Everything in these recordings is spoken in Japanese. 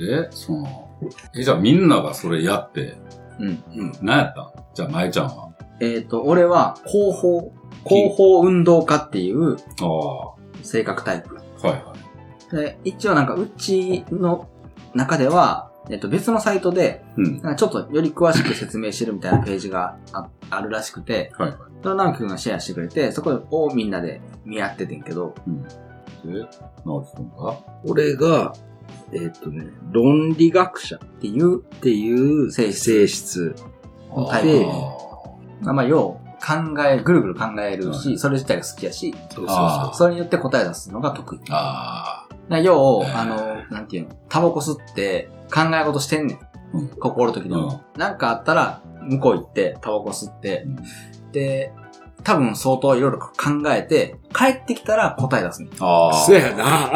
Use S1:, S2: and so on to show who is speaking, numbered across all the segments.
S1: え、その、え、じゃあみんながそれやって、
S2: うん。
S1: うん、なんやったんじゃあ、まえちゃんは。
S2: えっ、と、俺は、広報、広報運動家っていう
S1: ああ、は
S2: 性格タイプ。
S1: いはい。
S2: で一応なんか、うちの中では、えっ、と、別のサイトで、
S1: うん。
S2: なんかちょっとより詳しく説明してるみたいなページがああるらしくて、
S1: はいはい。
S2: それを直樹くんがシェアしてくれて、そこをみんなで見合っててんけど、
S1: で、直樹くんが
S3: 俺が、えっ、とね、論理学者っ
S2: っていう、
S3: ていう
S2: 性質。
S3: 性質。
S2: タイプ
S3: で
S2: まあ、要、考え、ぐるぐる考えるし、それ自体が好きやし、
S3: そうそう
S1: あ
S2: それによって答え出すのが得意。
S1: ああ、
S2: な要、
S1: えー
S2: あの、なんていうの、タバコ吸って考え事してんねん。
S1: うん
S2: 高校の
S1: う
S2: 時の。
S1: ん。
S2: なんかあったら、向こう行って、タバコ吸って、
S1: うん
S2: で、多分相当いろいろ考えて、帰ってきたら答え出すねん。
S1: ああ。
S3: そう。せやな。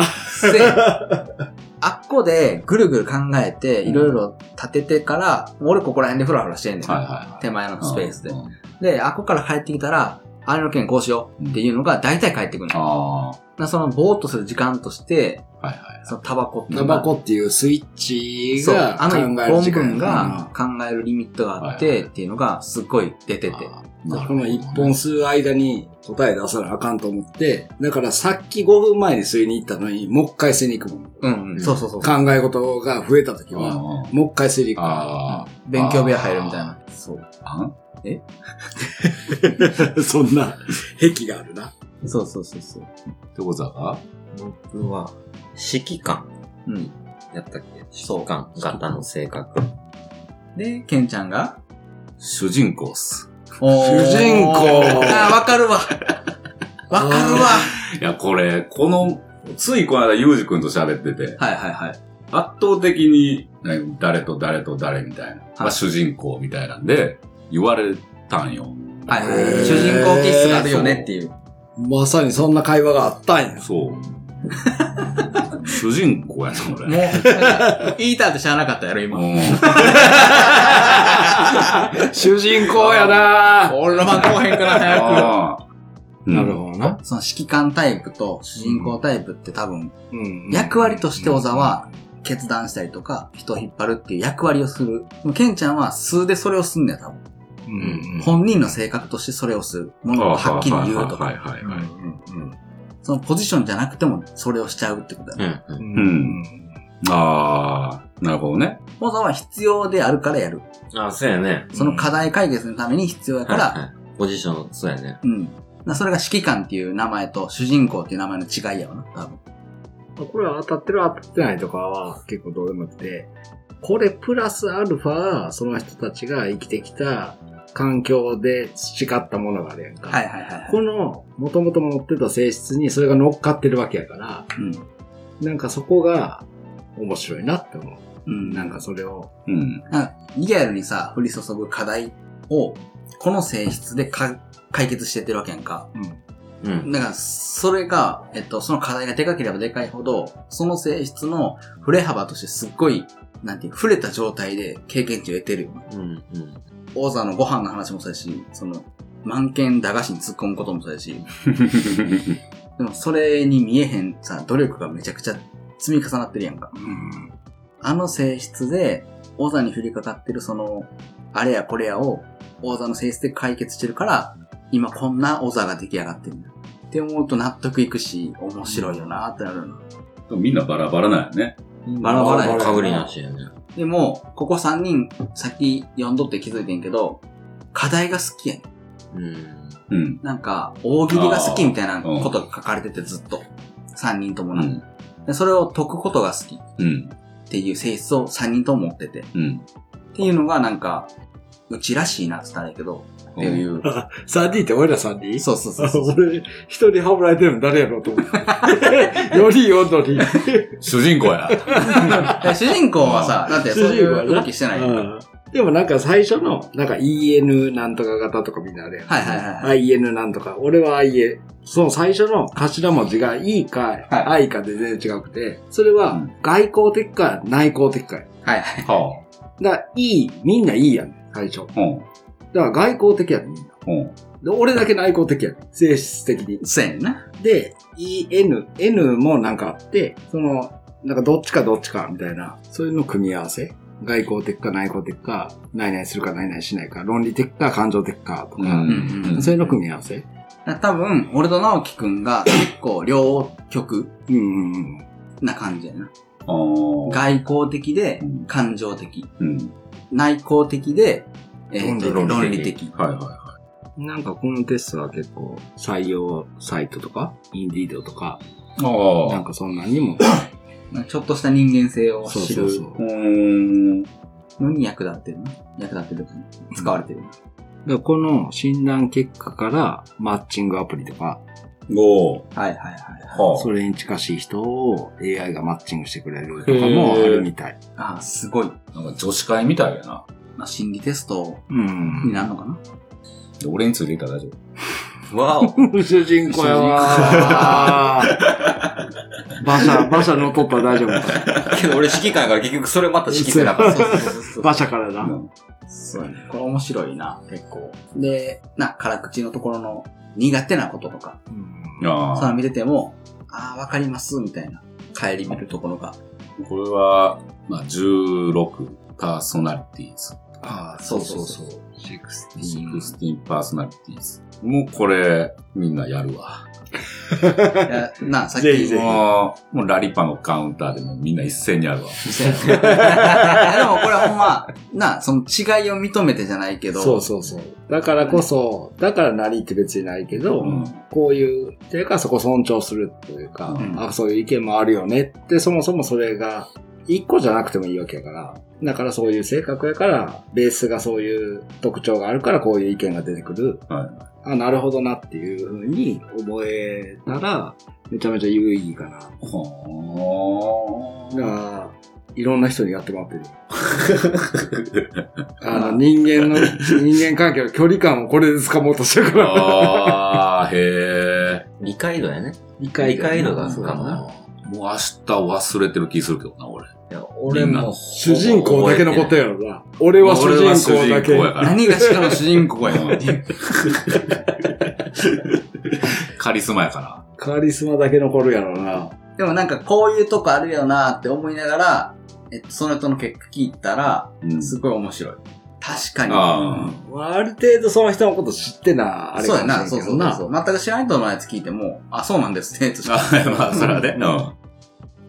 S2: せ あっこでぐるぐる考えて、いろいろ立ててから、俺ここら辺でフラフラしてんねん。
S1: はいは
S2: 手前の
S1: い。
S2: スペースで
S1: う。ん
S2: で、あっこから帰ってきたら、あれの件こうしようっていうのが大体帰ってくるの。だか
S1: あ
S2: らそのぼーっとする時間として、
S1: あ、はいはい。
S2: そのタバコっていう
S3: タ
S2: のが
S3: バコっていうスイッチ
S2: そう、
S3: が
S2: あ
S3: 考
S2: の一
S3: える
S2: 本
S3: 時間
S2: 分が考えるリミットがあっ
S1: はいは
S2: てっていうのがすっごい出てて。
S1: あー
S3: だ
S1: なる
S3: からこ
S1: ほど
S3: の一本吸う間に答え出さなあかんと思って、だからさっき5分前に吸いに行ったのに、もう一回吸いに行くもん。
S2: うん、うん、そうそうそう。
S3: 考え事が増えた時
S1: うんう
S3: は、
S1: ん
S3: もう一回吸いに行く。
S1: あ
S2: 勉強部屋入るみたいな。そう。
S1: あ、うん
S3: そんな、癖があるな。
S2: そうそうそうそう。
S1: ってことは
S2: 僕は、
S4: 指揮官
S2: うん。
S4: やったっけ
S2: そう
S4: 指揮官型の性格。
S2: で、ケンちゃんが
S1: 主人公っす。
S3: 主人公
S2: あーわかるわ。わかるわ。
S1: いや、これ、この、ついこの間、ゆうじくんと喋ってて、
S2: はいはいはい。
S1: 圧倒的に、ね誰と誰と誰みたいな、ま
S2: は
S1: あ、
S2: い
S1: 主人公みたいなんで、言われたんよ。
S2: はいはい
S3: へー
S2: 主人公気質があるよねっていう。
S3: まさにそんな会話があった んや。
S1: そう。 主人公やな、
S2: も
S1: 俺。
S2: う、なんか言いたって知らなかったやろ、今。
S1: うん。
S3: 主人公やな
S2: 俺の番後編から早く。
S1: あーうん
S3: なるほどな。
S2: その指揮官タイプと主人公タイプって多分
S3: うん
S2: 役割として小沢は決断したりとか、人を引っ張るっていう役割をする。でもケンちゃんは素でそれをすんだよ、多分。
S3: うんうん
S2: 本人の性格としてそれをする。ものをはっきり言うと
S1: はい
S2: か、
S1: はいはいはいはい。
S2: そのポジションじゃなくてもそれをしちゃうってことだ
S4: う
S2: ね。
S4: ん。うん
S3: う
S1: うんああ、なるほどね。
S2: 小沢は必要であるからやる。
S4: あ、そうやね。
S2: その課題解決のために必要やか
S4: はいは
S2: ら、
S4: い、ポジション、そうやね。
S2: うん。だからそれが指揮官っていう名前と主人公っていう名前の違いやわな、多分。
S3: これは当たってる当たってないとかは結構どうでもよくて、これプラスアルファ、その人たちが生きてきた環境で培ったものがあるやんか。
S2: はいはいはいはい。
S3: この、もともと持ってた性質にそれが乗っかってるわけやから、
S2: うん。
S3: なんかそこが面白いなって思
S2: うん
S3: う。なんかそれを。
S1: うん。
S2: なんかリアルにさ、降り注ぐ課題を、この性質でか解決してってるわけやんか。
S4: うん。
S2: だから、それが、えっと、その課題がでかければでかいほど、その性質の触れ幅としてすっごい、なんていう、触れた状態で経験値を得てるよな。
S4: うん。うん。
S2: 王座のご飯の話もそうやし、その、満件駄菓子に突っ込むこともそうやし、でもそれに見えへんさ、努力がめちゃくちゃ積み重なってるやんか。あの性質で、王座に降りかかってるその、あれやこれやを、王座の性質で解決してるから、今こんな王座が出来上がってるんだ。って思うと納得いくし、面白いよなってなるの。
S1: みんなバラバラなんやね。
S2: バラバラや
S4: かぶりなしやね。
S2: でも、ここ3人、先読んどって気づいてんけど、課題が好きやねん。
S4: うん。
S1: うん。
S2: なんか、大喜利が好きみたいなことが書かれててずっと。3人とも
S1: う
S2: な、
S1: ん。
S2: でそれを解くことが好きっ
S1: うん。
S2: ていう性質を3人とも持ってて。っ
S1: うん。
S2: ていうのがなんか、うちらしいなって言ったらいいけど、っていう。
S3: 3D って俺ら 3D?
S2: そうそうそうそう。
S3: 俺、一人はぶられてるの誰やろうと思 って。よりよどり。
S1: 主人公や。
S2: で主人公はさ、だってそういう動きしてないやん。
S3: うんでもなんか最初の、なんか EN なんとか型とかみんなあれやん
S2: はいはいはいは
S3: IN なんとか。俺は IN。その最初の頭文字が E か I かで全然違くて、それは外交的か内交的かや。
S2: はいはい。
S1: は
S3: だから E、みんな E やねん、最初。
S1: あ。うん。
S3: だから外交的やねん、みんな。
S1: うん。
S3: で俺だけ内向的やねん。性質的に。
S2: そうやねんな。
S3: で、EN、N もなんかあって、その、なんかどっちかどっちかみたいな、そういうの組み合わせ。外交的か内交的か、ないないするかないないしないか、論理的か感情的かとか、
S2: ん
S3: そういうの組み合わせ。
S2: だから多分、俺と直樹くん が結構両極
S3: うんうんうん。
S2: な感じやな。
S1: あー
S2: 外交的で
S1: うん
S2: 感情的。
S1: うん。
S2: 内向的で、えーと
S3: 論
S2: 論
S1: 理
S2: 理
S1: 的
S2: 的。
S1: はいはいは
S3: なんかこのテストは結構採用サイトとか、インディードとか、
S1: い。あ
S3: なん
S1: あ。
S3: かそんなんにも、
S2: まあちょっとした人間性を
S3: そう
S2: 知
S3: そう
S2: る
S3: そう。
S1: うーん。
S2: のに役立ってるな。役立ってるというか。使われてるな。
S3: だからこの診断結果からマッチングアプリとか、
S1: おー
S2: はいはいはい。
S1: はあ。
S3: それに近しい人を AI がマッチングしてくれるとかもあるみたい。
S2: ああ、すごい。
S1: なんか女子会みたいやな。
S2: まあ、心理テスト
S3: うん
S2: になるのかな。
S1: 俺についていたら大丈夫。
S4: わ お
S3: 主人公やわー。馬車、馬車乗っ取ったら大丈夫か。
S4: けど俺指揮官やから結局それまた指揮せなか
S2: そう
S4: った。
S2: そうそうそう。
S3: 馬車からな。
S2: そうやね。これ面白いな、結構。で、な、辛口のところの苦手なこととか、
S1: あ
S2: さ
S1: あ。
S2: あ見てても、ああ、わかります、みたいな。帰り見るところが。
S1: これは、まあ、16パーソナリティーズ。
S3: ああ、。
S2: そうそうそう
S3: シックスティーン。
S1: 16パーソナリティーズ。もうこれ、みんなやるわ。
S2: いやな、さっき
S3: ぜひぜひ
S1: もう、もうラリパのカウンターでもみんな一斉にやるわ。
S2: そうやろいやでもこれはほんま、な、その違いを認めてじゃないけど、
S3: そうそうそう。だからこそ、だから何って別にないけど、
S1: うん。
S3: こういう、ていうかそこ尊重するというか、
S1: うん
S3: あ、そういう意見もあるよねって、そもそもそれが、一個じゃなくてもいいわけやから、だからそういう性格やから、ベースがそういう特徴があるからこういう意見が出てくる。
S1: はい
S3: あ、なるほどなっていうふうに思えたら、めちゃめちゃ有意義かな。だ
S1: ほ
S3: か
S1: ー。
S3: ら、いろんな人にやってもらってる。 あの、人間の、人間関係の距離感をこれで掴もうとしてるか ら。
S1: ああ、へえ。
S4: 理解度やね。
S3: 理
S4: 解度理解度が
S3: そう
S4: 深
S3: だ
S4: ま
S3: な。
S4: る
S1: もう明日忘れてる気するけどな、俺。
S4: いや、俺も。
S3: 主人公だけのこと
S4: や。
S3: やろな。俺は主人公だ
S1: 俺は主人
S3: け。
S1: 公やから。
S2: 何がしかの主人公やねんっていう。
S1: カリスマやから。
S3: カリスマだけ残るやろな。
S2: でもなんかこういうとこあるよなって思いながら、えっと、その人の結果聞いたら、
S1: うん
S2: すごい面白い。確かに。
S1: あ
S3: ある程度その人のこと知ってな、あれ
S2: そうや
S3: かもしれ
S2: な、
S3: ん
S2: そう
S3: け
S2: そ
S3: ど
S2: う
S3: な。
S2: そう。全く知らない人のやつ聞いても、あ、そうなんですね、とし か
S1: あ。まあ、それはね。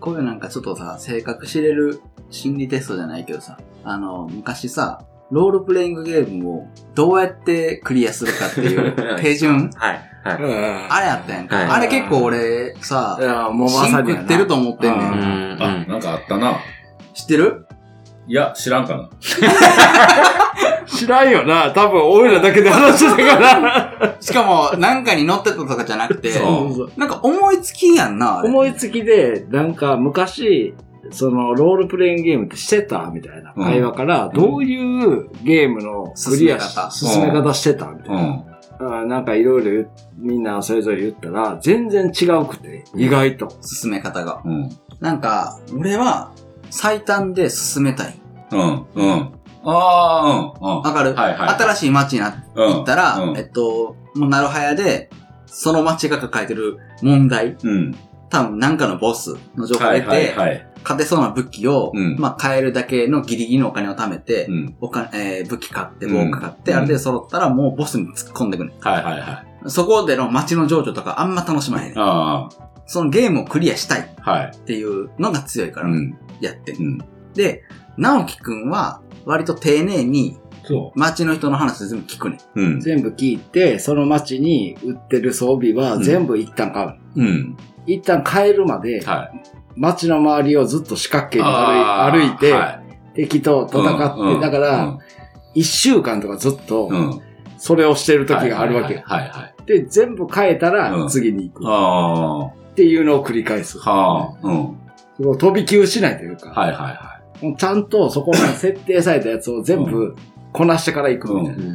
S2: こういうなんかちょっとさ、性格知れる心理テストじゃないけどさ、あの、昔さ、ロールプレイングゲームをどうやってクリアするかっていう手順
S4: はい。はい。
S3: うん。
S2: あれやったやんか。
S4: はい
S2: あれ結構俺さ
S3: い、や、もうま
S2: シン
S3: さ
S2: 食
S3: にやな。
S2: ってると思ってんね。
S3: うん
S4: ん
S1: うん。あ、なんかあったな。
S2: 知ってる
S1: いや、知らんかな。
S3: 知らんよな。多分、俺らだけで話してたから。
S2: しかも、なんかに乗ってたとかじゃなくて、
S1: そう
S2: なんか思いつきやんな、あれ。
S3: 思いつきで、なんか昔、その、ロールプレイングゲームってしてたみたいな
S1: うん
S3: 会話から、どういうゲームのクリアし
S1: 進
S3: 進
S1: め
S3: め
S1: 方
S3: 方してたみたいな。
S1: うん。
S3: あーなんかいろいろみんなそれぞれ言ったら、全然違うくて、意外と。
S2: 進め方が。
S1: うん。
S2: なんか、俺は最短で進めたい。
S1: うん。うん。ああ、うん。うん。
S2: わかる、
S1: はいはい。
S2: 新しい街になって
S1: うん
S2: 行ったら、
S1: うん
S2: えっと、もうなるはやで、その街が抱えてる問題、
S1: うん。
S2: 多分なんかのボスの情報を
S1: は
S2: 得
S1: い
S2: て、
S1: はいはい。
S2: 勝てそうな武器を、
S1: うん
S2: まあ買えるだけのギリギリのお金を貯めて、
S1: うん。
S2: お金えー武器買って、
S1: うん
S2: 防具買って、
S1: うん
S2: ある程度揃ったらもうボスに突っ込んでくね。
S1: はいはいはい。
S2: そこでの街の情緒とかあんま楽しまへんねん。
S1: あ
S2: そのゲームをクリアしたいっ
S1: あ、はい。
S2: ていうのが強いか
S1: う
S2: ら、
S1: ん。
S2: やってん
S1: うん。
S2: で、直樹くんは、割と丁寧に、
S3: そ
S2: 街の人の話全部聞くねん。
S1: うん。
S3: 全部聞いて、その町に売ってる装備は全部一旦買う。
S1: うん。
S3: 一旦買えるまで、
S1: はい。
S3: 町の周りをずっと四角形に
S1: あー
S3: 歩い歩いて、
S1: は
S3: 敵と戦って、
S1: うんうん
S3: だから、、一週間とかずっと
S1: う、ん。うん
S3: それをしてる時があるわけ。
S1: はいはいはい。
S3: で、全部変えた
S1: う
S3: ら、
S1: ん
S3: 次に行く。
S1: あ
S3: っていうのを繰り返す。
S1: あ、はあ、うん。
S3: その飛び級しないというか、
S1: はいはいは
S3: もうちゃんとそこの設定されたやつを全部こなしてから行くみたいな。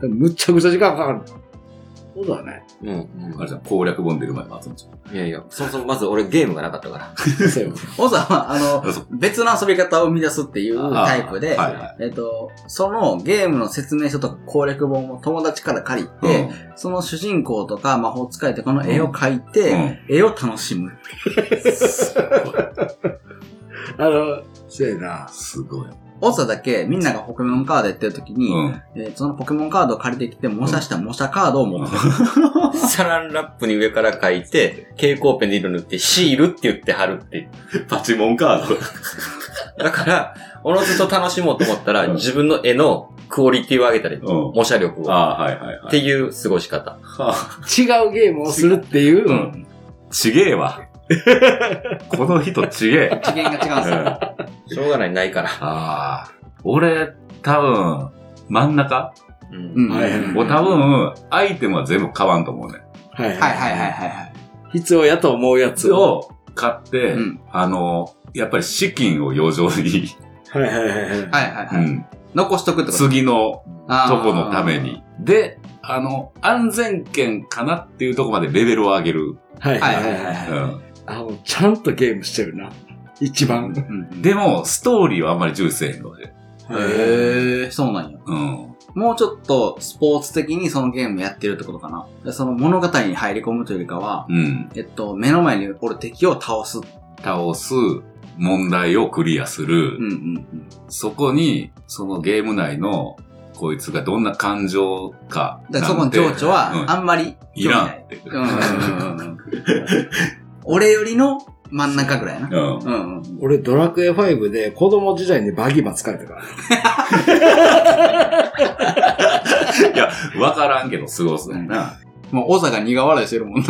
S4: うん。
S3: むっちゃくちゃ時間かかる。そうだね。
S4: うん。
S1: あれじゃん、攻略本出る前の集めちゃう。
S4: いやいや、そもそもまず俺ゲームがなかったから。
S3: そうよ
S2: オさんは、あの
S1: あそう、
S2: 別の遊び方を生み出すっていうタイプで、
S1: はいはい。
S2: えっと、そのゲームの説明書とか攻略本を友達から借りて、
S1: で、
S2: その主人公とか魔法使いとかの絵を描いて、絵を楽しむ。
S3: あの、そうやな。
S1: すごい。
S2: オさだけみんながポケモンカードやってる時に、
S1: うん。
S2: えーそのポケモンカードを借りてきて、模写した模写カードを持ってる。
S4: サランラップに上から書いて、蛍光ペンで色塗って、シールって言って貼るっていう。
S1: パチモンカード。
S4: だから、おのずと楽しもうと思ったら、自分の絵のクオリティを上げたり、
S1: う
S4: 模写力
S1: ん。
S4: を。
S1: ああ、はいはいは
S4: っ
S1: い。
S4: ていう過ごし方。
S1: はあ
S3: 違うゲームをするっていう。
S1: うん。ちげえ わ。この人ちげえ。
S2: 次元が違うん
S1: う
S2: で
S1: ん
S2: すよ。
S1: あ
S4: しょうがない、ないから。
S1: あ。俺、多分、真ん中
S4: う
S2: うん
S4: ん。
S3: はいはい
S1: 俺多分、アイテムは全部買わんと思うね。
S3: はいはい
S2: はいはいはいはいはい。
S3: 必要やと思うやつを。
S1: を買って
S2: うん、
S1: あの、やっぱり資金を余剰に、
S3: はいはいはいはい。
S2: はいはいは
S1: う
S2: い。
S1: ん
S2: 残しとくってこと
S1: 次の
S2: あー
S1: とこのために。で、あの、安全圏かなっていうとこまでレベルを上げる。
S3: はい
S2: は
S3: はいい
S2: は
S3: はいい
S2: はい
S3: はい。
S1: うん
S3: あの、ちゃんとゲームしてるな。一番。
S2: うん
S1: でも、ストーリーはあんまり重視せえへんので。
S2: へえ、そうなんや。
S1: うん。
S2: もうちょっとスポーツ的にそのゲームやってるってことかな。でその物語に入り込むというよりかは、
S1: うん。
S2: えっと、目の前におる敵を倒す。
S1: 倒す、問題をクリアする。
S2: うんうん
S1: そこに、そのゲーム内の、こいつがどんな感情か
S2: うん。だからそこの情緒
S1: う
S2: は
S1: ん
S2: あんまり
S1: いらん
S2: ない。うんうんうんうん俺よりの真ん中ぐらいや
S1: う
S2: な。
S1: ん。
S2: うんうん。
S3: 俺、ドラクエ5で子供時代にバギーマ使えたから。
S1: いや、わからんけど、すごそうやな。
S2: もう、オザが苦笑いしてるもんな。
S4: い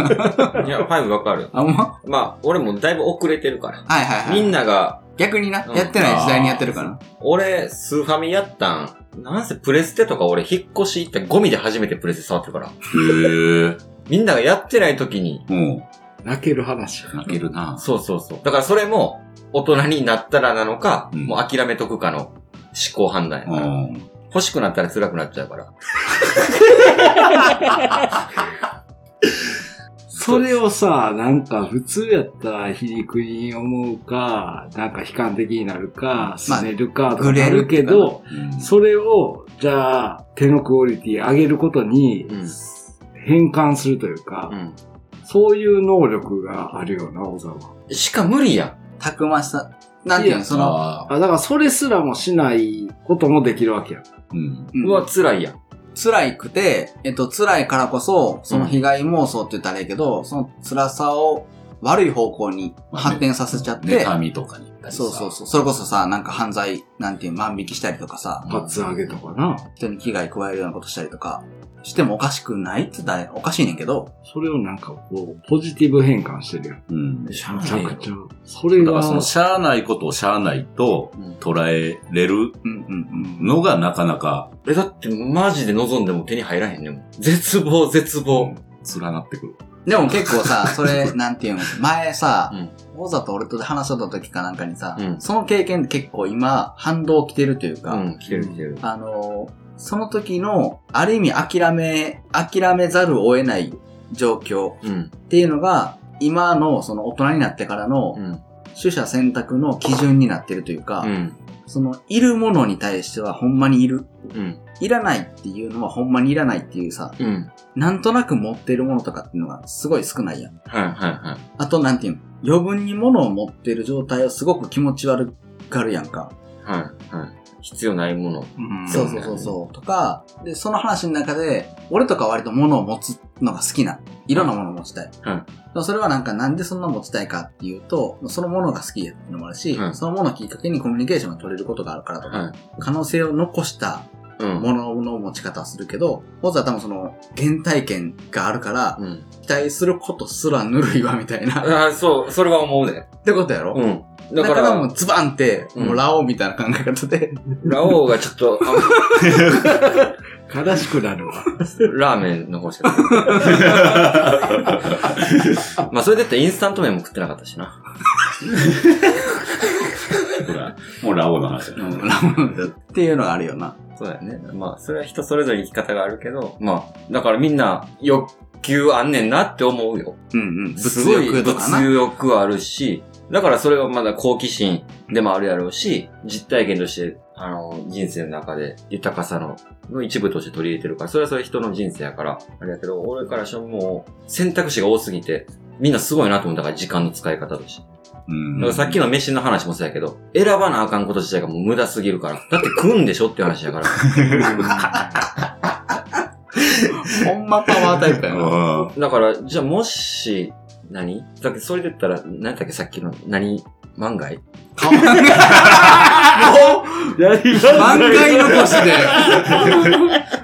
S4: や、ファイブわかる。
S2: あ、ほんま
S4: まあ、俺もだいぶ遅れてるから。
S2: はいはいはい。
S4: みん。なが、
S2: 逆にな、
S4: うん
S2: やってない時代にやってるから。
S4: 俺、スーファミやったん。なんせプレステとか俺引っ越し行ったゴミで初めてプレステ触ってるから。
S1: へえ。
S4: みんながやってない時に、
S1: うん。
S3: 泣ける話。
S1: 泣けるな。
S4: そうそうそう。だからそれも、大人になったらなのか、
S1: うん
S4: もう諦めとくかの思考判断や
S1: う
S4: から。
S1: ん。
S4: 欲しくなったら辛くなっちゃうから。
S3: それをさ、なんか普通やったら皮肉に思うか、なんか悲観的になるか、
S2: まあ
S3: すねるかとかなるけど、それを、じゃあ、手のクオリティ上げることに
S4: うん
S3: 変換するというか、
S4: うん。
S3: そういう能力があるよな、小沢は。
S4: しか無理やん。
S2: たくましさ。なんていう
S3: い
S2: の、
S3: や
S2: その、
S1: ああ。
S3: あ、だからそれすらもしないこともできるわけや。
S1: うん。
S2: うん
S4: うわ、辛いやん。
S2: 辛いくて、えっと、辛いからこそ、その被害妄想って言ったらいいけど、その辛さを悪い方向に発展させちゃって、
S1: 妬みとかに行ったりさ
S2: そうそうそう。それこそさ、なんか犯罪、なんていう、万引きしたりとかさ、
S3: パッツ上げとかな。
S2: 人に危害加えるようなことしたりとか、してもおかしくないって言ったらおかしいねんけど、
S3: それをなんかこう、ポジティブ変換してるやん。
S1: うん。
S4: し
S3: めちゃくちゃ
S4: ゃ。。
S3: それ
S1: だから
S3: が、
S1: その、しゃあないことをしゃあないと捉えれる
S2: うんうんうん。
S1: のがなかなか
S4: え、だってマジで望んでも手に入らへんねんもん。絶望、絶望。
S1: 連なってくる。
S2: でも結構さ、それ、 なんていうの、前さ
S4: うん、
S2: 大里俺と話しとった時かなんかにさ、
S4: うん
S2: その経験って結構今、反動来てるというか、
S4: うん、来てる来てる。
S2: あの、その時の、ある意味諦め、諦めざるを得ない状況っ
S4: うん。
S2: ていうのが、今のその大人になってからの
S4: うん。
S2: 取捨選択の基準になってるというか、
S4: うん。
S2: その、いるものに対してはほんまにいる。
S4: うん。
S2: いらないっていうのはほんまにいらないっていうさ、
S4: うん。
S2: なんとなく持ってるものとかっていうのがすごい少ないやん。
S4: はいはいはい。
S2: あとなんていうの余分に物を持ってる状態をすごく気持ち悪がるやんか。
S4: はいはい。必要ないもの。
S3: うん
S2: そうそうそうそう。とか、で、その話の中で、俺とか割と物を持つのが好きな。いろんなものを持ちたい。
S4: うん
S2: だからそれはなんかなんでそんな持ちたいかっていうと、そのものが好きやっていうのもあるし、
S4: うん
S2: そのものをきっかけにコミュニケーションが取れることがあるからとか、
S4: は
S2: 可能性を残した
S4: い。うん。
S2: ものの持ち方をするけど、まずは多分その原体験があるから、
S4: うん。
S2: 期待することすらぬるいわみたいな。っ
S4: ああ、そう、それは思うね。
S2: てことやろ、
S4: うん。だ
S2: だ
S4: か、
S2: かららもうズバンって、
S4: うん
S2: もうラオウみたいな考え方で、
S4: ラオウがちょっと、 あ
S3: 悲しくなるわ。
S4: ラーメンの方し か食べない。まあ、それで言ったらインスタント麺も食ってなかったしな。
S1: ほら、もうラオウの話だな。
S2: うんラオウみたいなっていうのがあるよな。
S4: そうだよね。まあ、それは人それぞれ生き方があるけど、まあ、だからみんな、よ、求あんねんなって思うよ。
S2: うんうん。
S4: す
S2: 物
S4: ごい
S2: 欲とかな。
S4: 物欲あるし、だからそれはまだ好奇心でもあるやろうし、実体験として、あの、人生の中で豊かさの、の一部として取り入れてるから、それはそれ人の人生やから、あれやけど、俺からしてももう、選択肢が多すぎて、みんなすごいなと思ったから、時間の使い方として。
S1: うん
S4: だからさっきの飯の話もそうやけど、選ばなあかんこと自体がもう無駄すぎるから。だって食うんでしょっていう話やから。
S2: ほんまパワータイプやな。
S1: あ
S4: だから、じゃあもし、何だってそれで言ったら、何だっけさっきの、何万がい
S2: 満開残しで。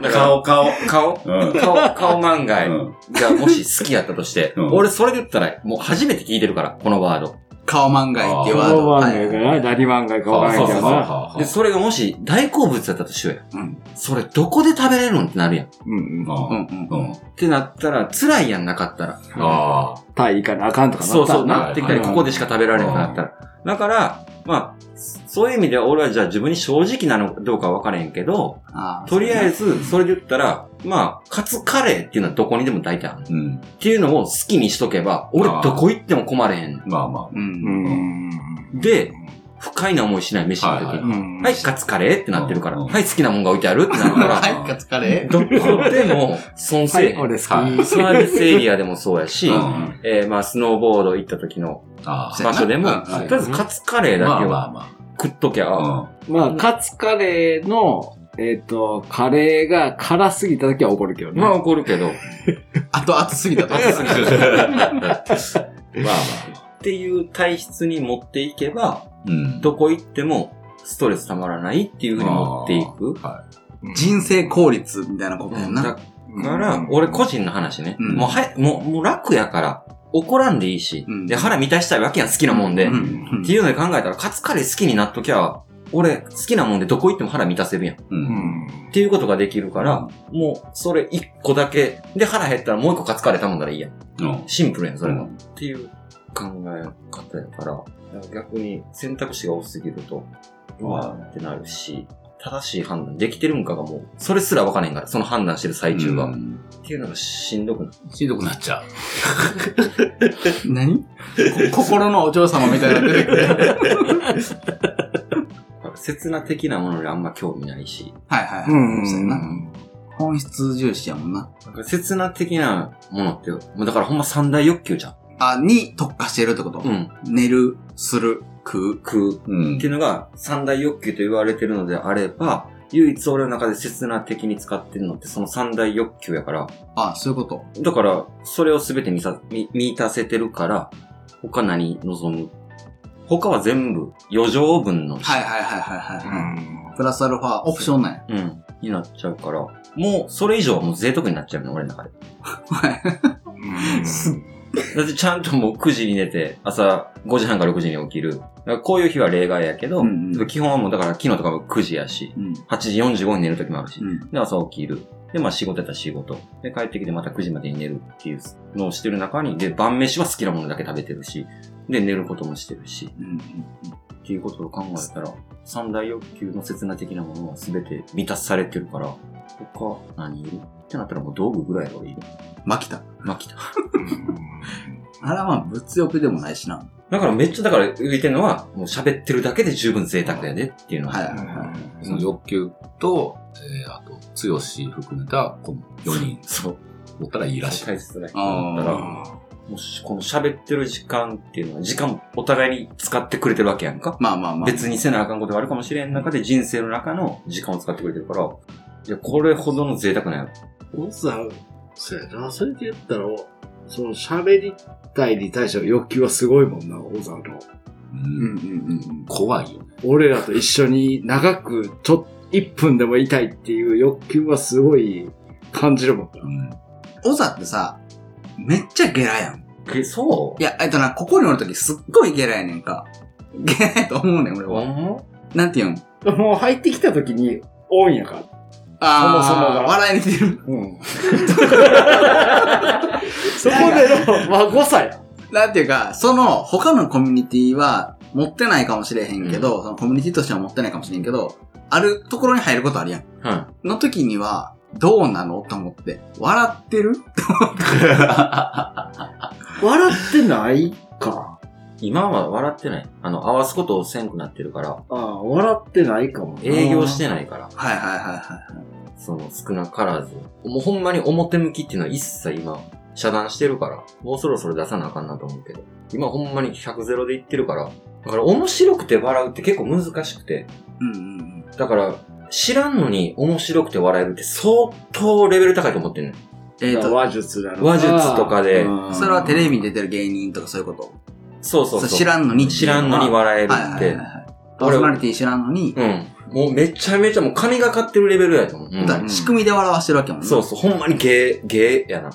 S1: ー顔、顔。
S4: 顔
S1: うん。
S4: 顔、顔万がい
S1: うん
S4: がもし好きやったとして、
S1: うん
S4: 俺それで言ったら、もう初めて聞いてるから、このワード。
S2: 顔漫画いってワード。
S3: 漫
S2: はい
S3: 画が何漫画かわからんけどな。
S4: で、
S1: う
S4: それがもし大好物だったとしようや。
S2: うん
S4: それどこで食べれるのってなるやん。っ
S3: うんうん。
S2: うん
S1: ん。
S2: う。
S1: うんん。
S4: てなったら、辛いやんなかったら。
S1: ああ。
S3: タイ行かなあかんとかなった
S4: そうそう、
S3: ら
S4: なってきたり、
S3: うん
S4: ここでしか食べられなくなったら。だから、まあ、そういう意味では俺はじゃあ自分に正直なのかどうかは分からへんけど、
S2: あー
S4: とりあえず、それで言ったら、まあ、カツカレーっていうのはどこにでも大体ある。
S1: うん。
S4: っていうのを好きにしとけば、俺
S1: あー
S4: どこ行っても困れへん。
S1: まあま
S2: う。
S3: うんん。
S4: で、不快な思いしない飯の時。
S1: は
S4: はいい
S1: は
S3: うん
S4: カツカレーってなってるから、
S1: うん
S4: はい、好きなもんが置いてあるってなるから、
S2: はい、カツカレー。
S4: どこでも損
S3: は
S4: せえ
S3: い、
S4: へん。
S3: 俺好
S1: は
S3: き。
S4: サービスエリアでもそうやし、
S1: あ。うん。
S4: えーまあ、スノーボード行った時の
S1: あ
S4: 場所でも、
S2: うん
S4: とりあえずカツカレ
S1: あ。
S4: ーだ
S1: まあ
S4: け
S1: ま
S4: は
S1: あま
S4: 食っときゃ、
S1: あ。
S3: まあ、カツカレーの、えっ、と、カレーが辛すぎた時は怒るけどね。
S4: まあ怒るけど、
S2: あと暑すぎたと。
S1: うん。 まあまあ。
S4: っていう体質に持っていけば、
S1: うん。
S4: どこ行ってもストレスたまらないっていうふうに持っていく。
S2: 人生効率みたいなことやん
S4: だ
S2: な。
S4: から、俺個人の話ね、
S2: うん
S4: もうはい、もう、もう楽やから、怒らんでいいし、
S2: うん
S4: で、腹満たしたいわけやん、好きなもんで。
S2: う
S4: っ
S2: ん
S4: ていうので考えたら、カツカレー好きになっときゃ、俺、好きなもんでどこ行っても腹満たせるやん。っ
S1: う。
S3: うんん。
S4: ていうことができるから、もう、それ一個だけ、で、腹減ったらもう一個カツカレー頼んだらいいやん。
S1: うん。
S4: シンプルやん、それが。
S1: うん
S4: っていう考え方やから、だから逆に選択肢が多すぎると、うわーってなるし、正しい判断できてるんかがもう、それすら分かんないから、その判断してる最中が。っ。ていうのがしんどくなる。
S1: しんどくなっちゃう。
S2: 何こ心のお嬢様みたいなの出てくる。
S4: だから刹那的なものにあんま興味ないし、
S2: はいはいはい。
S3: うん。
S2: そうやな。本質重視やもんな。
S4: なんか刹那的なものって、もうだからほんま三大欲求じゃん。
S2: あ、に特化してるってこと
S4: うん。
S2: 寝る、する、食う。
S4: 食う。
S1: うん
S4: っていうのが三大欲求と言われてるのであれば、唯一俺の中で刹那的に使ってるのってその三大欲求やから、
S2: あ、そういうこと。
S4: だから、それをすべて満たみ満たせてるから、他何望む他は全部余剰分の、
S2: はいはいはいはいはい
S3: うん
S2: はい。プラスアルファオプションなんや。
S4: うん、になっちゃうから、もうそれ以上はもう贅沢になっちゃうの、俺の中で。
S2: す
S4: だってちゃんともう9時に寝て、朝5時半から6時に起きる。だからこういう日は例外やけど、
S2: うんうん
S4: 基本はもうだから昨日とかも9時やし、
S2: うん。
S4: 8時45分に寝る時もあるし、
S2: うん。
S4: で、朝起きる。で、まあ仕事やったら仕事。で、帰ってきてまた9時までに寝るっていうのをしてる中に、で、晩飯は好きなものだけ食べてるし、で、寝ることもしてるし、っていうことを考えたら、三大欲求の刹那的なものは全て満たされてるから、他何いるってなったらもう道具ぐらい俺いる。
S2: まきた。
S4: まあ、来た。
S2: あれはまあ物欲でもないしな。
S4: だからめっちゃ、だから言ってるのは、もう喋ってるだけで十分贅沢やねっていうのは。
S2: はいはいは
S1: その欲求と、えー、あと、強し含めた、この4人
S4: そう。
S1: おったらいいらしい。
S4: 大切な人
S2: あー
S4: だったら、もしこの喋ってる時間っていうのは、時間お互いに使ってくれてるわけやんか。
S2: まあまあまあ。
S4: 別にせなあかんことがあるかもしれん中で人生の中の時間を使ってくれてるから、いや、これほどの贅沢なんやろ。
S3: おさん、そうやな。それで言ったら、その喋りたいに対しての欲求はすごいもんな、おさんの。
S1: う
S2: うんうん
S1: ん。
S2: うん
S1: 怖いよね。
S3: 俺らと一緒に長く、ちょ、1分でもいたいっていう欲求はすごい感じるもんな。
S1: うん。
S2: うん。オザってさ、めっちゃゲラやん。
S4: え、そ
S2: いや、えっとな、ここにおるときすっごいゲラやねんか。ゲラやと思うねん、俺
S4: ほ
S2: は。
S4: んま
S2: なんていうん
S3: もう入ってきた時に、多いんやから。
S2: あー
S3: そもそもが
S2: 笑いに出る。
S3: うん。 そこでの、まあ、5歳。
S2: なんていうか、その、他のコミュニティは、持ってないかもしれへんけど、そのコミュニティとしては持ってないかもしれんけど、あるところに入ることあるやん。
S4: は
S2: の時には、どうなのと思って、笑ってる
S3: 笑ってないか。
S4: 今は笑ってない。あの、合わすことをせんくなってるから、
S3: ああ、笑ってないかもな。
S4: 営業してないから、
S2: はいはいはいはい。
S4: その少なからず。もうほんまに表向きっていうのは一切今、遮断してるから、もうそろそろ出さなあかんなと思うけど、今ほんまに100ゼロでいってるから、だから面白くて笑うって結構難しくて、
S2: うんうんうん。
S4: だから、知らんのに面白くて笑えるって相当レベル高いと思ってんねん。
S2: えっ、と、
S3: 話術なのか
S4: 話術とかで、
S3: うん
S2: それはテレビに出てる芸人とかそういうこと
S4: そうそうそう。
S2: 知らんのにってい
S4: 知
S2: う
S4: らんのに笑える
S2: はい
S4: っ
S2: はいはい
S4: て
S2: は。い。パーソナリティ知らんのに、
S4: うん。もうめちゃめちゃもう神がかってるレベルやと思う。うん
S2: だから仕組みで笑わしてるわけやもんね。
S4: そうそう、ほんまにゲー、ゲーやな。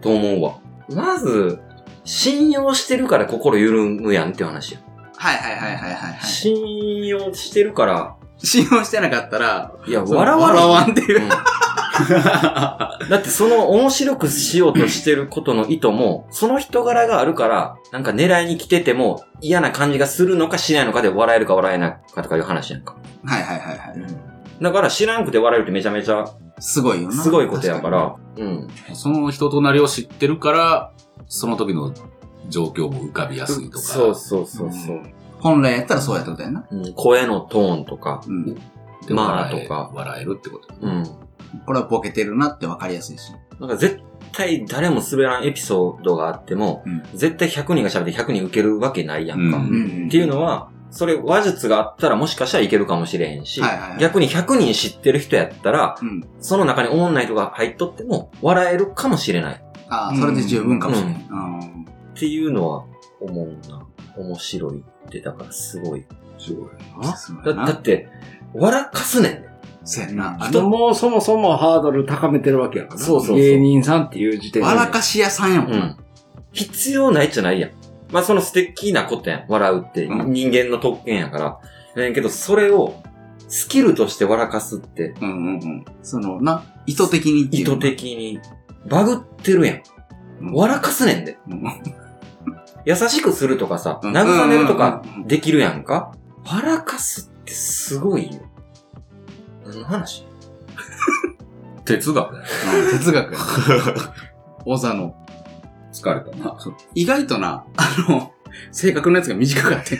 S4: と思うわ。まず、信用してるから心緩むやんっていう話や。
S2: はいはいはいはいはいはい。
S4: 信用してるから、
S2: 信用してなかったら、
S4: いや、
S2: そう
S4: 笑 わ
S2: 笑わんって
S4: て
S2: いう。
S4: だってその面白くしようとしてることの意図も、その人柄があるから、なんか狙いに来てても嫌な感じがするのかしないのかで笑えるか笑えないかとかいう話やんか。
S2: はいはいはいはい。
S4: だから知らんくて笑えるってめちゃめちゃ
S2: すごいよな。
S4: すごいことやから、うん。
S1: その人となりを知ってるから、その時の状況も浮かびやすいとか。
S4: そうそうそうそう、
S2: 本来やったらそうやったことやな。
S4: うん声のトーンとか、
S2: うん。
S1: で
S4: まあ
S1: 笑え
S4: とか
S1: 笑えるってこと。
S4: うん。
S2: これはボケてるなってわかりやすいし。
S4: なんか絶対誰も滑らんエピソードがあっても、
S2: うん
S4: 絶対100人が喋って100人受けるわけないやんか。
S1: うん
S4: っていうのは、それ話術があったらもしかしたらいけるかもしれへんし、
S2: はいはいはい
S4: 逆に100人知ってる人やったら、
S2: うん
S4: その中に思んない人が入っとっても笑えるかもしれない。
S2: ああ、それで十分かもしれない。
S4: う
S2: うん
S4: っていうのは思うな。面白いって、だからすごい。
S2: そう
S4: だ
S2: や
S4: だ
S2: な
S4: っ。て、笑かすねん。
S2: そうやな。あ
S3: あの、
S2: の、
S3: もうそもそもハードル高めてるわけやから。
S4: そうそうそう
S3: 芸人さんっていう時点で。
S2: 笑かし屋さんやもん
S4: う
S2: な。
S4: ん。必要ないじゃないやん。まあその素敵なことやん。笑うって、
S1: うん
S4: 人間の特権やから。ねんけど、それをスキルとして笑かすって、
S2: うんうんうん。その、な、意図的にってい
S4: 意
S2: うの
S4: 図的にバグってるやん。
S2: うん
S4: 笑かすねんで。
S2: うん
S4: 優しくするとかさ、
S2: うん
S4: 慰めるとか
S2: うんうんうん
S4: できるやんか。笑かすってすごいよ。何の話
S1: 哲学だよ。
S2: うん哲学やな。 王座の。
S1: 疲れたな。
S2: そう意外とな、あの、性格のやつが短か った。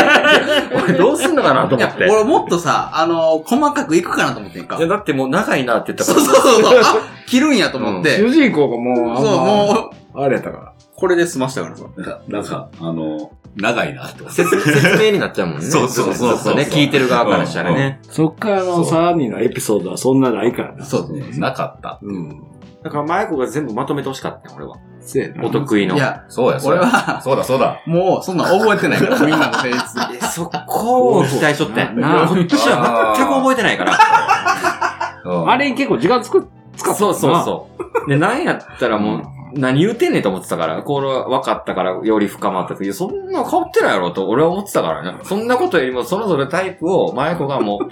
S4: 俺どうすんのかなと
S2: い
S4: 思
S2: や
S4: っ、て。い
S2: 俺もっとさ、あの細かくいくかなと思ってんか。
S4: や、だってもう長いなって言った
S2: そ
S4: か
S2: うそう
S4: ら。
S2: そうそう。あ、切るんやと思って。
S3: 主人公がもう、あんま
S2: そう、もう、
S3: あれやったから。
S2: これで済ましたからさ。
S1: なんか、あの、長いなって思って。
S4: 説説明になっちゃうもんね。
S1: そうそうそうそう
S4: ちょっとね、聞いてる側からしたらね。
S3: そっから
S1: そ
S3: の
S1: う
S3: 3人のエピソードはそんなないからな。
S2: そうそう
S1: ねなかった。
S3: うん。
S4: だから、マヤコが全部まとめてほしかったよ、俺は。
S3: せやな。
S4: お得意の。
S2: いや、
S1: そうや、そう
S2: 俺
S1: や。
S2: は、
S1: そうだ、そうだ。
S2: もう、そんなん覚えてないから、みんなの性質。
S4: えそこを期待し とって。
S3: そう
S4: なこっちは全く覚えてないから。
S1: うん
S3: あれ結構時間つく、使った
S4: そうそうそう。で、なんやったらもう、何言うてんねんと思ってたから、これは分かったからより深まったという、そんな変わってないやろと俺は思ってたからね。そんなことよりも、それぞれタイプを、マヤコがもう、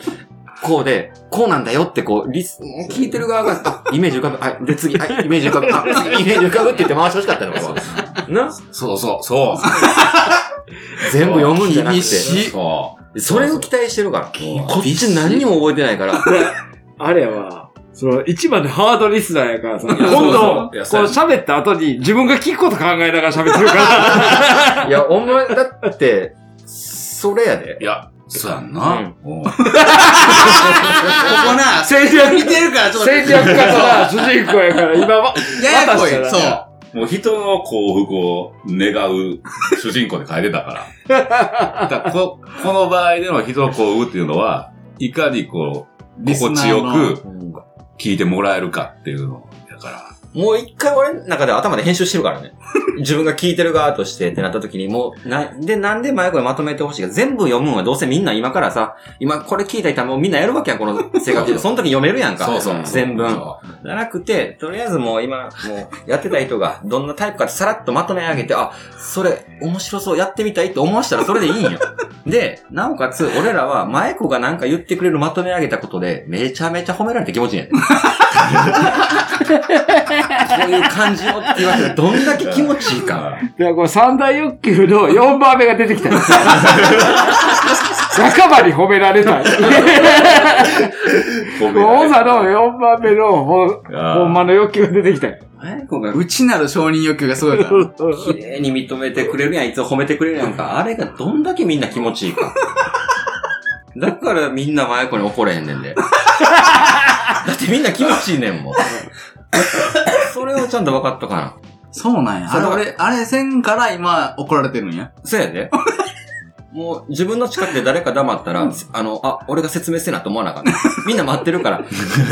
S4: こう で、こうなんだよってこう、リス、もう聞いてる側が、あイメージ浮かぶ、はい、で次、はい、イメージ浮かぶ、あ、次イメージ浮かぶって言って回してほしかったの、俺は。な
S1: そうそう、そう。
S4: 全部読むんじゃなく
S2: 厳しい
S4: て。
S1: そう。
S4: それを期待してるから。こっ
S2: 厳し
S4: ち
S2: い
S4: 何にも覚えてないから。
S3: あれは、その、一番のハードリスナーやからさ、今度、こ
S1: いうやそう
S3: 喋った後に自分が聞くこと考えながら喋ってるから。
S4: いや、お前、だって、それやで。
S1: いや、そうやんな。うん
S2: ここな、
S3: 戦略
S2: 見てるから、ちょっと、
S3: 戦略家とな主人公やから、今は。
S2: ややこい。
S3: 渡し
S2: そう。
S3: たら
S1: もう人の幸福を願う主人公で書いてたから。だからここの場合での人の幸福っていうのは、いかにこう、
S2: リスナー
S1: 心
S2: の
S1: 地よく聞いてもらえるかっていうのだから。
S4: もう一回俺の中では頭で編集してるか らね。自分が聞いてる側としてってなった時に、もう、な、で、なんで前これまとめてほしいか。全部読むんはどうせみんな今からさ、今これ聞いた人はもうみんなやるわけやん、この 性格で。その時読めるやんか。
S1: そうそう。
S4: 全文。
S1: そ
S4: じゃなくて、とりあえずもう今、もうやってた人がどんなタイプかさらっとまとめ上げて、あ、それ面白そう、やってみたいって思わしたらそれでいいんよ。で、なおかつ俺らは前子がなんか言ってくれるまとめ上げたことで、めちゃめちゃ褒められて気持ちいいんやでこういう感じよって言われたらどんだけ気持ちい いか。
S3: で、これ三大欲求の4番目が出てきたよ。
S5: 仲間に褒められたい。
S1: ごめん
S5: 王座の4番目のほん、
S1: あー
S5: ほんまの欲求が出てきたよ。
S4: えこが、
S2: 内なる承認欲求がすごいから。
S4: 綺麗に認めてくれるやん、いつも褒めてくれるやんか。あれがどんだけみんな気持ちいいか。だからみんな真横に怒れへんねんで。だってみんな気持ちいいねんもん。それをちゃんと分かっとかな。
S2: そうなんや。あれ、
S4: そう
S2: 俺、あれせんから今怒られてるんや。
S4: そうやで。もう自分の近くで誰か黙ったら、あの、あ、俺が説明せなと思わなかった。みんな待ってるから、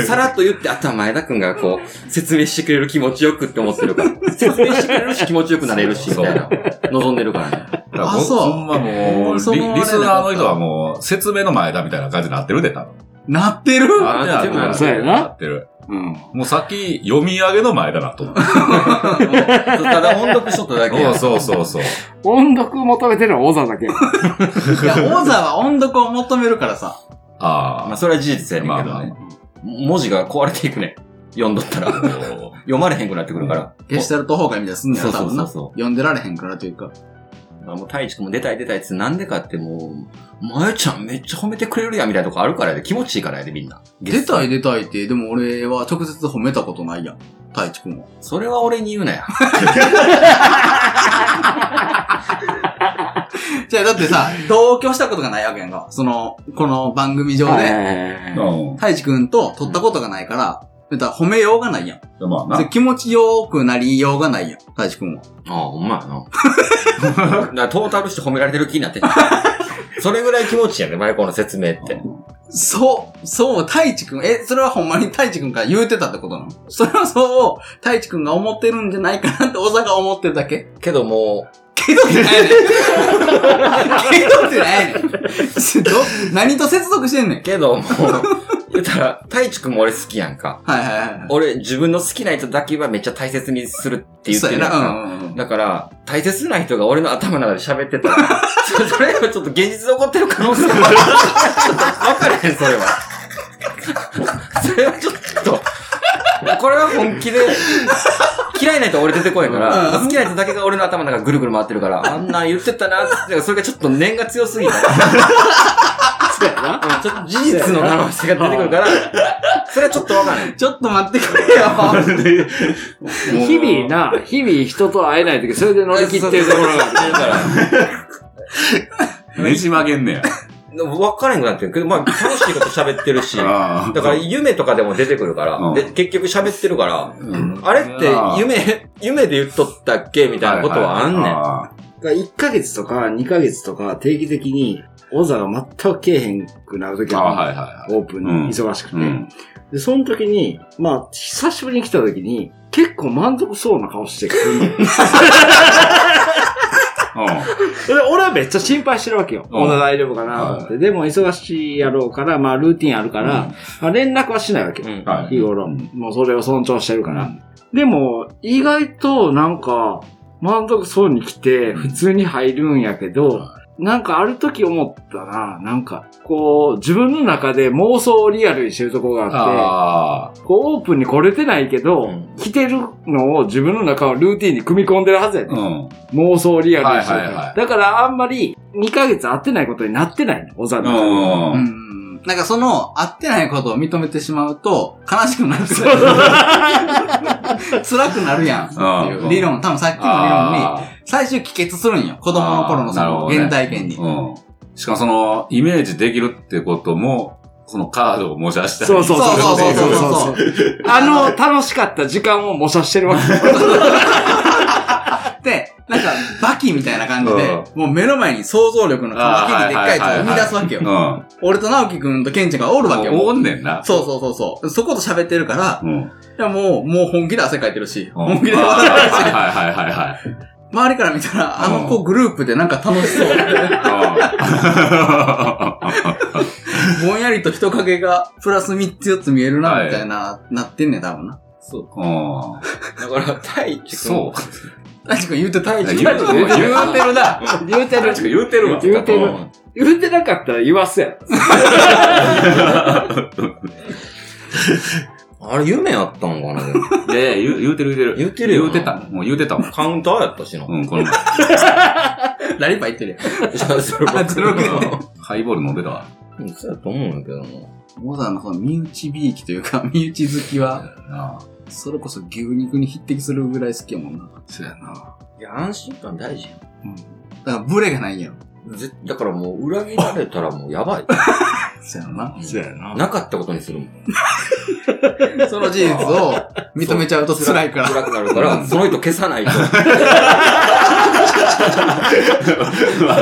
S4: さらっと言って、あとは前田くんがこう、説明してくれる気持ちよくって思ってるから。説明してくれるし気持ちよくなれるし、みたいな。望んでるからね。
S1: だから
S2: あ
S1: ほん
S2: そう
S1: ほんまもう、
S2: そのあれな
S1: リ
S2: かった
S1: リスナーの人はもう、説明の前だみたいな感じになってるで、多分。
S2: なって る
S4: あなってる
S1: なってる
S5: そうやな
S1: なってる。
S2: うん。
S1: もう先、読み上げの前だなと思って。
S4: ただ音読しとっただ けや。
S1: そうそうそうそう。
S5: 音読求めてるのは王座だけや。
S2: いや、王座は音読を求めるからさ。
S4: まあ
S1: あ
S4: それは事実やねんけ
S1: ま
S4: ど
S1: あ
S4: ね。文字が壊れていくね。読んどったら。
S1: あ。こ
S4: 読まれへんくなってくるから。
S2: ゲシュタルト崩壊みたいなのすんねや
S4: そう
S2: ろ、
S4: そ
S2: 多
S4: う
S2: 分
S4: そ
S2: な。
S4: うそ
S2: 読んでられへんからというか。
S4: う。もう太一くんも出たい出たいっつってなんでかってもう、まゆちゃんめっちゃ褒めてくれるやんみたいなとこあるからやで。気持ちいいからやでみんな。
S2: 出た
S4: い
S2: い出たいって、でも俺は直接褒めたことないやん。太一くんは。
S4: それは俺に言うな や。
S2: じゃあだってさ、同居したことがないわけやんか。その、この番組上で、
S1: う。
S2: 太一くんと撮ったことがないから、言ったら褒めようがないやん。
S1: うん。まあ
S2: そ
S1: な。
S2: れ気持ちよくなりようがないやん。太一くんは。
S4: ああ、ほんまやな。だ からトータルして褒められてる気になってんじ ゃんそれぐらい気持ちいいやね、マイコの説明って。
S2: そう、そう、太一くん、え、それはほんまに太一くんから言うてたってことなのそれはそう、太一くんが思ってるんじゃないかなって小沢が思ってるだけ
S4: けども
S2: けどってないねん。 けどってないねん。ど何と接続してんねん
S4: う、。けどもう、言ったら、太一くんも俺好きやんか。
S2: はいはいはいはい。
S4: 俺、自分の好きな人だけはめっちゃ大切にするって言って
S2: そう
S4: る
S2: や
S4: やん
S2: な。
S4: か。
S2: うんうんうん。
S4: だから、大切な人が俺の頭の中で喋ってた ら、そそれはちょっと現実で起こってる可能性がある。 ちょっとわからへん、それは。それはちょっと、これは本気で、嫌いな人は俺出てこいから、
S2: うん
S4: 好きな人だけが俺の頭の中ぐるぐる回ってるから、あんなん言ってたなって、それがちょっと念が強すぎた。
S5: そうやな。
S4: うんちょっと事実の可能性が出てくるから、それはちょっとわからへん。
S2: ちょっと待ってくれよ。
S5: 日々な、日々人と会えないとき、それで乗り切ってるところがある。
S4: だから、
S1: ねじ曲げんねや。
S4: 分からへんくなってるけど、まあ、楽しいこと喋ってる し、だ
S1: あ
S4: から夢とかでも出てくるから、
S1: うん
S4: で、結局喋ってるから、
S1: うん
S4: あれって夢、夢で言っとったっけみたいなことはあんね ん。
S3: が1ヶ月とか2ヶ月とか定期的に、王座が全くけえへんくなるとき
S1: ああ、はいは
S3: は、
S1: いは
S3: オープンに
S1: うん
S3: 忙しくて、
S1: い。うん。
S3: で、その時に、まあ、久しぶりに来た時に、結構満足そうな顔してくるの。 で、俺はめっちゃ心配してるわけよ。
S1: うん
S3: まだ大丈夫かなと思って。でも忙しいやろうから、まあルーティンあるから、まあ連絡はしないわけよ。
S4: うん
S1: はい
S3: 日頃。もうそれを尊重してるから。でも、意外となんか、満足そうに来て、普通に入るんやけど、なんかある時思ったな、なんか、こう、自分の中で妄想をリアルにしてるとこがあって、
S1: ああ。
S3: こう、オープンに来れてないけど、
S4: うん
S3: 来てるのを自分の中のルーティンに組み込んでるはずやね、
S1: うん。
S3: 妄想リアルにしてるか
S1: は
S3: ら、
S1: いはいはい
S3: だからあんまり2ヶ月会ってないことになってないの、おざ
S1: うん。
S3: の。
S2: う
S1: うん。
S2: ん。なんかその、合ってないことを認めてしまうと、悲しくなる。辛くなるやん。っていう理論、多分さっきの理論に、
S1: あ
S2: 最終帰結するんよ。子供の頃のそ
S1: あーなるほ
S2: の、
S1: どね
S2: 現代圏に。
S1: ーうん。しかもその、イメージできるってことも、そのカードを模写したり。
S3: そうそうそう
S2: そうそうそうそう
S3: そうあの、楽しかった時間を模写してるわけ。
S2: で、なんか、バキみたいな感じで、
S1: う
S2: もう目の前に想像力の紙切りでっかいやつを生み出すわけ
S1: うん。
S2: よ。
S1: も
S2: 俺と直樹くんとケンちゃんがおるわけ
S1: う
S2: よ。
S1: おんねんな。
S2: そうそうそうそう。そこと喋ってるから、
S1: うん。うん。
S2: いやもう、もう本気で汗かいてるし、
S1: はい
S2: 本気で
S1: は
S2: 笑
S1: い
S2: ってるし、
S1: はいはいはい。
S2: 周りから見たら、あの
S1: う
S2: 子グループでなんか楽しそう。ぼんやりと人影が、プラス3つ4つ見えるな、みたいな、なってんねん、多分な。
S4: そう。
S1: うん。
S4: だから、太一くん。
S1: そう。
S2: 大地君言ってたい
S1: 言う
S2: 地
S1: てる、言うてるな。
S3: 言うてる。
S1: 言うてるわ。
S3: 言うて
S4: う
S3: る。
S4: ん
S3: 言うてなかったら言わすやん。
S4: あれ、夢やったんかなで も
S1: いやいや、言う言うてる言うてる。
S4: 言うてるよ
S1: 言
S4: な
S1: うてた。もう言うてたもん。
S4: カウンターやったしな。
S1: うん、この 前。
S2: ラリパ言ってるや
S4: あ
S1: ハイボール飲んでたわ。
S4: うん、そうやと思うんやけどな。
S2: ん。モザのその身内びいきというか、身内好きは、
S1: なあ。
S2: それこそ牛肉に匹敵するぐらい好きやもんな。
S1: そうやな。
S4: いや、安心感大事や
S2: だからブレがないんやろ。
S4: んぜだからもう、裏切られたらもうやばい。
S2: そうやろな。
S3: そうやな。
S4: なかったことにするもん。
S2: その事実 を認めちゃうと辛いから。
S4: 暗くなるから、その人消さない と。
S1: な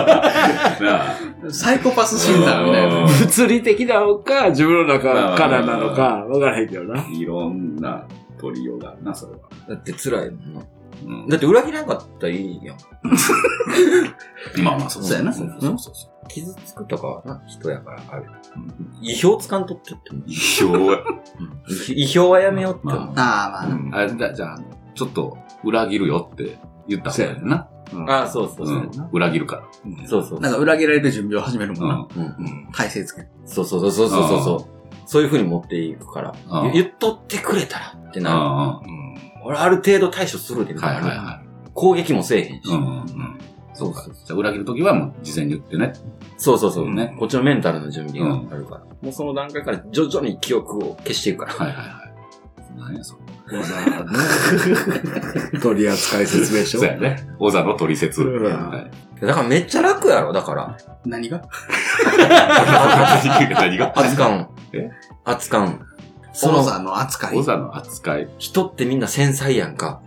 S1: あ。
S2: サイコパス診断みたいな。
S3: 物理的なのか、自分の中からなのか、わからへんけどな。
S1: いろんな取りようがあるな、それは。
S4: だって辛いもんな。
S1: うん
S4: だって裏切らなかったらいいやん。
S1: まあまあ、そう
S2: そうやな
S1: そうそうそうそう。
S4: 傷つくとかはな、人やから、あれ。意表つかんとってって思
S1: 意
S4: う。
S1: 表
S4: 意表はやめようって思う。
S1: ま
S2: ああ、まあな、
S1: あれ、じゃあ、じゃあ、ちょっと、裏切るよって言った方がいいな。
S4: ああ、そうそう
S1: う
S4: そう。
S1: ん。裏切るから。
S4: そうそう
S2: なんか裏切られる準備を始めるもんな。
S1: う
S2: 体勢つけて。
S4: そうそうそうそうそうそう。そういう風に持っていくから
S1: ああ。
S4: 言っとってくれたらって
S1: ん。
S4: なる。
S1: は
S4: 俺ある程度対処するで
S1: い
S4: み
S1: はい
S4: たいな。
S1: は
S4: 攻撃もせえへん
S1: い。
S4: し
S1: う。ん。うんそうか。じゃあ、裏切るときはもう事前に言ってね。
S4: そうそうそう。
S1: ね
S4: こっちのメンタルの準備があるから。もうその段階から徐々に記憶を消していくから。
S1: はいはいはい。何やそれ。
S3: 取り扱い説明書
S1: そう。やね。小座の取説。
S3: うん
S1: はい
S4: だからめっちゃ楽やろ、だから。
S2: 何が
S1: 何が
S4: 扱うん。
S1: え
S4: 扱うん。そ
S2: その
S4: の、
S2: ザの扱い。
S1: 小
S2: い
S1: 座の扱い。
S4: 人ってみんな繊細やんか。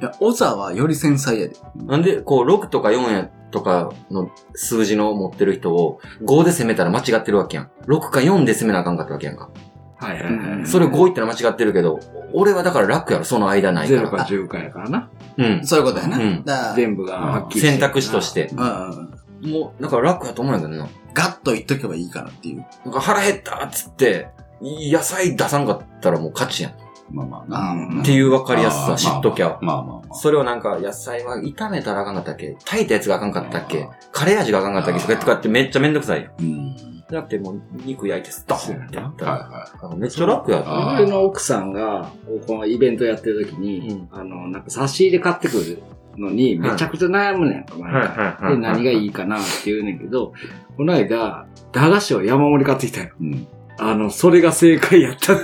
S2: や、オザはより繊細やで。
S4: なんで、こう、6とか4やとかの数字の持ってる人を5で攻めたら間違ってるわけやん。6か4で攻めなあかんかったわけやんか。
S3: はいはいは
S2: うん
S3: い。
S4: それ5いったら間違ってるけど、俺はだから楽やろ、その間ないか。
S3: 0から10かやからな。
S4: うん。
S2: そういうことやな。
S4: うん
S2: だから
S3: 全部がはっきりして
S4: 選択肢として。
S2: うんうんうん。
S4: もう、だから楽やと思うんやけどな。
S2: ガッと言っとけばいいかなっていう。
S4: なんか腹減ったっつって、野菜出さんかったらもう勝ちやん。っ
S1: まあまあ
S2: あー
S1: な。
S4: ていう分かりやす
S1: あ
S4: さ、
S1: ー
S4: 知っときゃ。
S1: まあまあまあ。
S4: それをなんか、野菜は炒めたらあかんかったっけ炊いたやつがあかんかったっけカレー味があかんかったっけ
S1: あー
S4: とかとかってめっちゃめんどくさいよ。
S1: うん。
S4: だってもう、肉焼いてストーンってやったら。
S1: は
S4: なんかめっちゃ楽や
S1: あ
S4: と。
S1: ー
S3: 俺の奥さんが、このイベントやってる時に、
S4: うん
S3: あの、なんか差し入れ買ってくるのに、めちゃくちゃ悩むねんか、毎回。
S4: は
S3: で、何がいいかなって言うねんけど、この間、駄菓子を山盛り買ってきたよ。
S1: い。うん。
S3: あの、それが正解やった。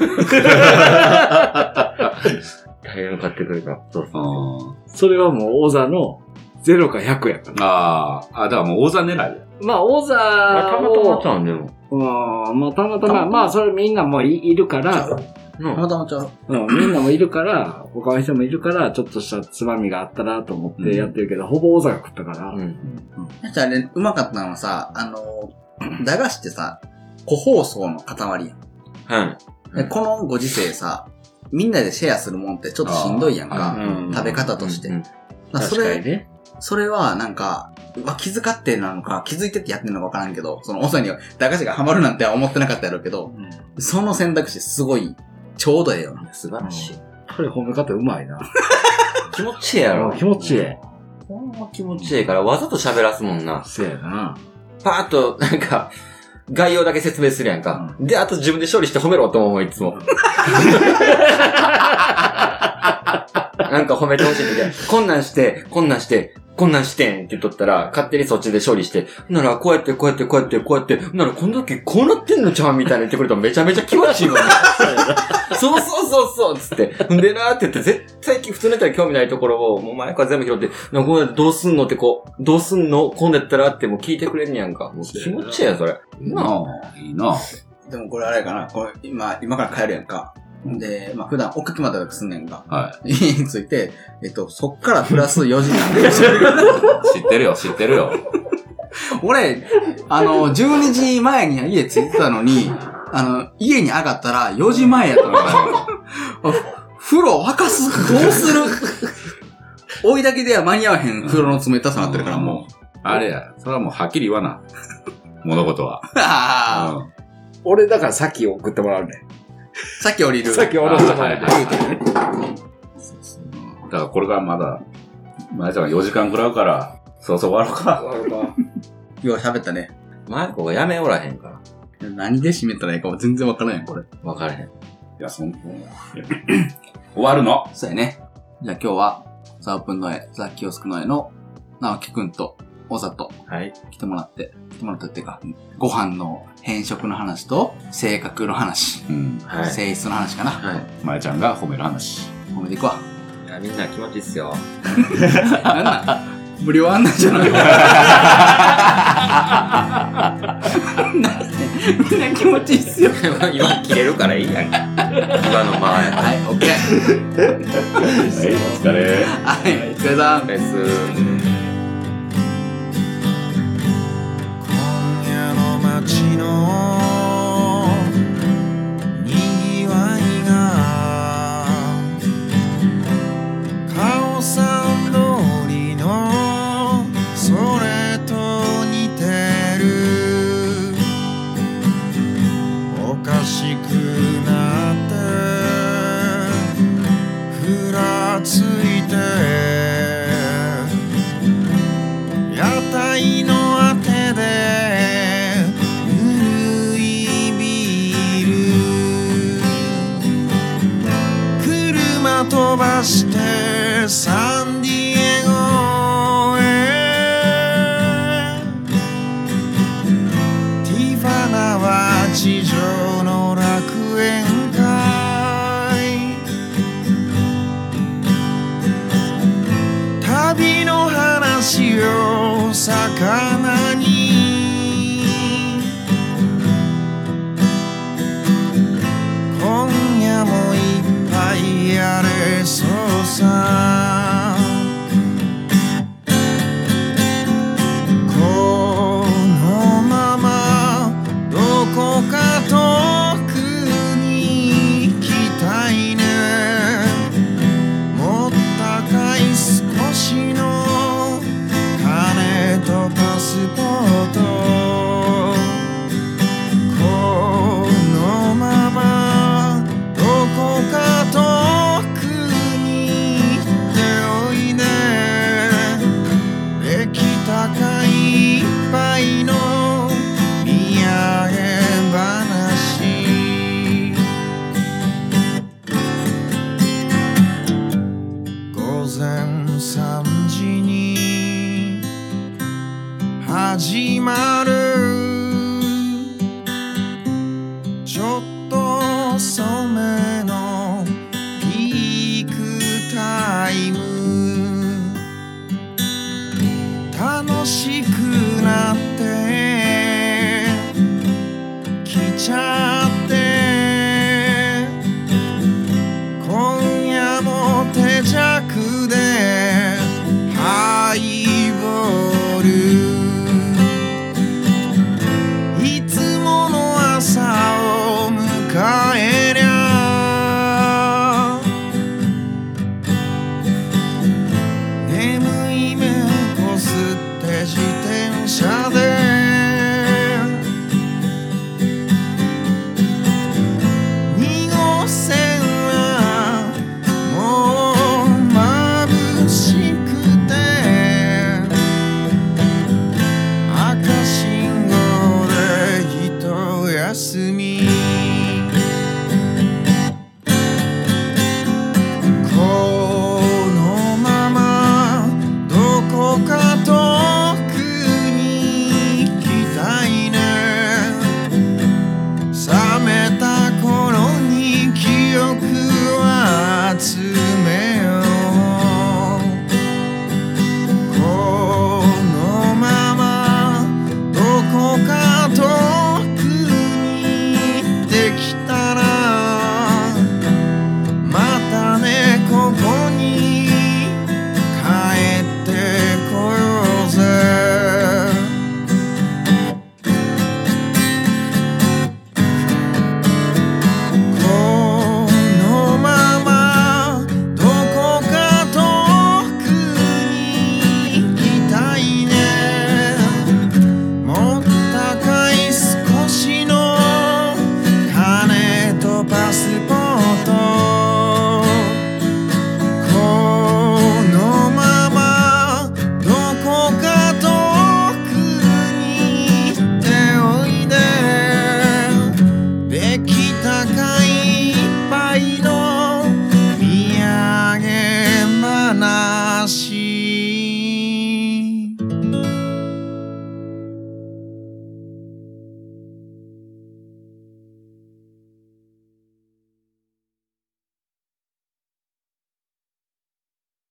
S4: 大変買ってくれた。そうそうそう。
S1: あ
S3: それはもう、王座の0か100やか
S1: ー
S3: ら。
S1: あー。あ、だからもう王座狙いや。
S3: まあ、王座
S4: まあたまたまち
S3: を、
S4: ゃうんでも。
S3: うん、まあ、た
S2: たま
S3: またま、
S2: たま
S3: まあ、それみんなもういいるから、
S4: な
S2: たまたまちゃう。
S3: うん、みんなもいるから、他の人もいるから、ちょっとしたつまみがあったらと思ってやってるけど、ほぼ王座が食ったから、
S4: うん。
S2: 確かあれ、うまかったのはさ、あの、駄菓子ってさ、個包装の塊やん。
S4: はい。
S2: でこのご時世さ、みんなでシェアするもんってちょっとしんどいやん
S1: あー
S2: か。
S3: うん
S2: 食べ方として。
S4: うんうん
S2: だからそ
S4: 確かに
S2: れ、
S4: ね。
S2: それはなんか、うわ気遣ってなのか、気づいてってやってんのかわからんけど、その遅いに駄菓子がハマるなんては思ってなかったやろうけど、その選択肢すごい、ちょうどええよな。
S4: 素晴らしい。
S3: これ褒め方うまいな。
S4: 気持ちええやろ。
S3: 気持ちええ。
S4: ほんま気持ちええから、わざと喋らすもんな。
S3: せやな。
S4: パーッと、なんか、概要だけ説明するやんか。で、あと自分で処理して褒めろと思う、いつも。なんか褒めてほしいみたいな。こんなんして、こんなんして、こんなんしてんって言っとったら、勝手にそっちで処理して、ならこうやって、こうやって、こうやって、こうやって、ならこの時こうなってんのちゃうみたいな言ってくれたらめちゃめちゃ気持ちいいもんね。 そうそうそうそうつって。んでなーって言って、絶対普通のやったら興味ないところを、もう前から全部拾って、なんかこうやってどうすんのってこう、どうすんのこんなやったらってもう聞いてくれんねやんか。もう気持ちいいやん、それ。
S1: いいなあいいなあ
S2: でもこれあれかな、これ今、今から帰るやんか。で、まあ普段追っかけまたすんねんか。
S1: は
S2: 家について、えっと、そっからプラス4時間。
S1: い。知ってるよ、知ってるよ。
S2: 俺、あの、12時前に家着いてたのに、あの、家に上がったら4時前やったのよ。風呂沸かすどうする追いだけでは間に合わへん風呂の冷たさになってるから もう。
S1: あれや、それはもうはっきり言わな。 物事は。
S2: ああ、
S1: うん
S3: 俺だからさっき送ってもらうね。
S2: さっき降りる。
S3: さっき
S1: あ
S3: 俺
S1: はい
S3: 送っても
S1: は
S3: ら
S1: いうは
S3: ね。
S1: いだからこれからまだ、前さんが4時間食らうから、そうそう終わろうか。
S2: よう喋ったね。
S4: 前子がやめおらへんから。
S2: 何で締めたらいいかも全然わからんやん、これ。
S4: わからへん。
S1: いや、そん、終わるの。
S2: そうやね。じゃあ今日は、サープンの絵、ザ・キオスクの絵の、直樹くんと、大里、
S4: はい。
S2: 来てもらって、来てもらったっていうか、ご飯の変色の話と、性格の話、
S1: うん。
S4: はい。
S2: 性質の話かな。
S4: はい。
S1: まえちゃんが褒める話。
S2: 褒めていくわ。
S4: いや、みんな気持ちいいっすよ。
S2: なんなん無料案内じゃない みんな気持ちいいっすよ。
S4: 今、切れるからいいやん。 今のまあ、
S2: はい、オッケー。
S1: はい、お疲れ。
S2: はい、お疲れさん。
S4: レス。
S6: 今夜の街のにぎわいが顔さん通りのそれと似てるおかしくなってふらついて屋台のあてでぬるいビール車飛ばしてサンディエゴへティファナは地上の楽園会旅の話を魚に今夜もいっぱいやれそうさこのままどこか遠くに行きたいねもったかい少しの金とパスポートこのままどこか遠くに行っておいで駅高いっぱいの土産話午前3時に始まるちょっと遅めのピークタイム楽しくなって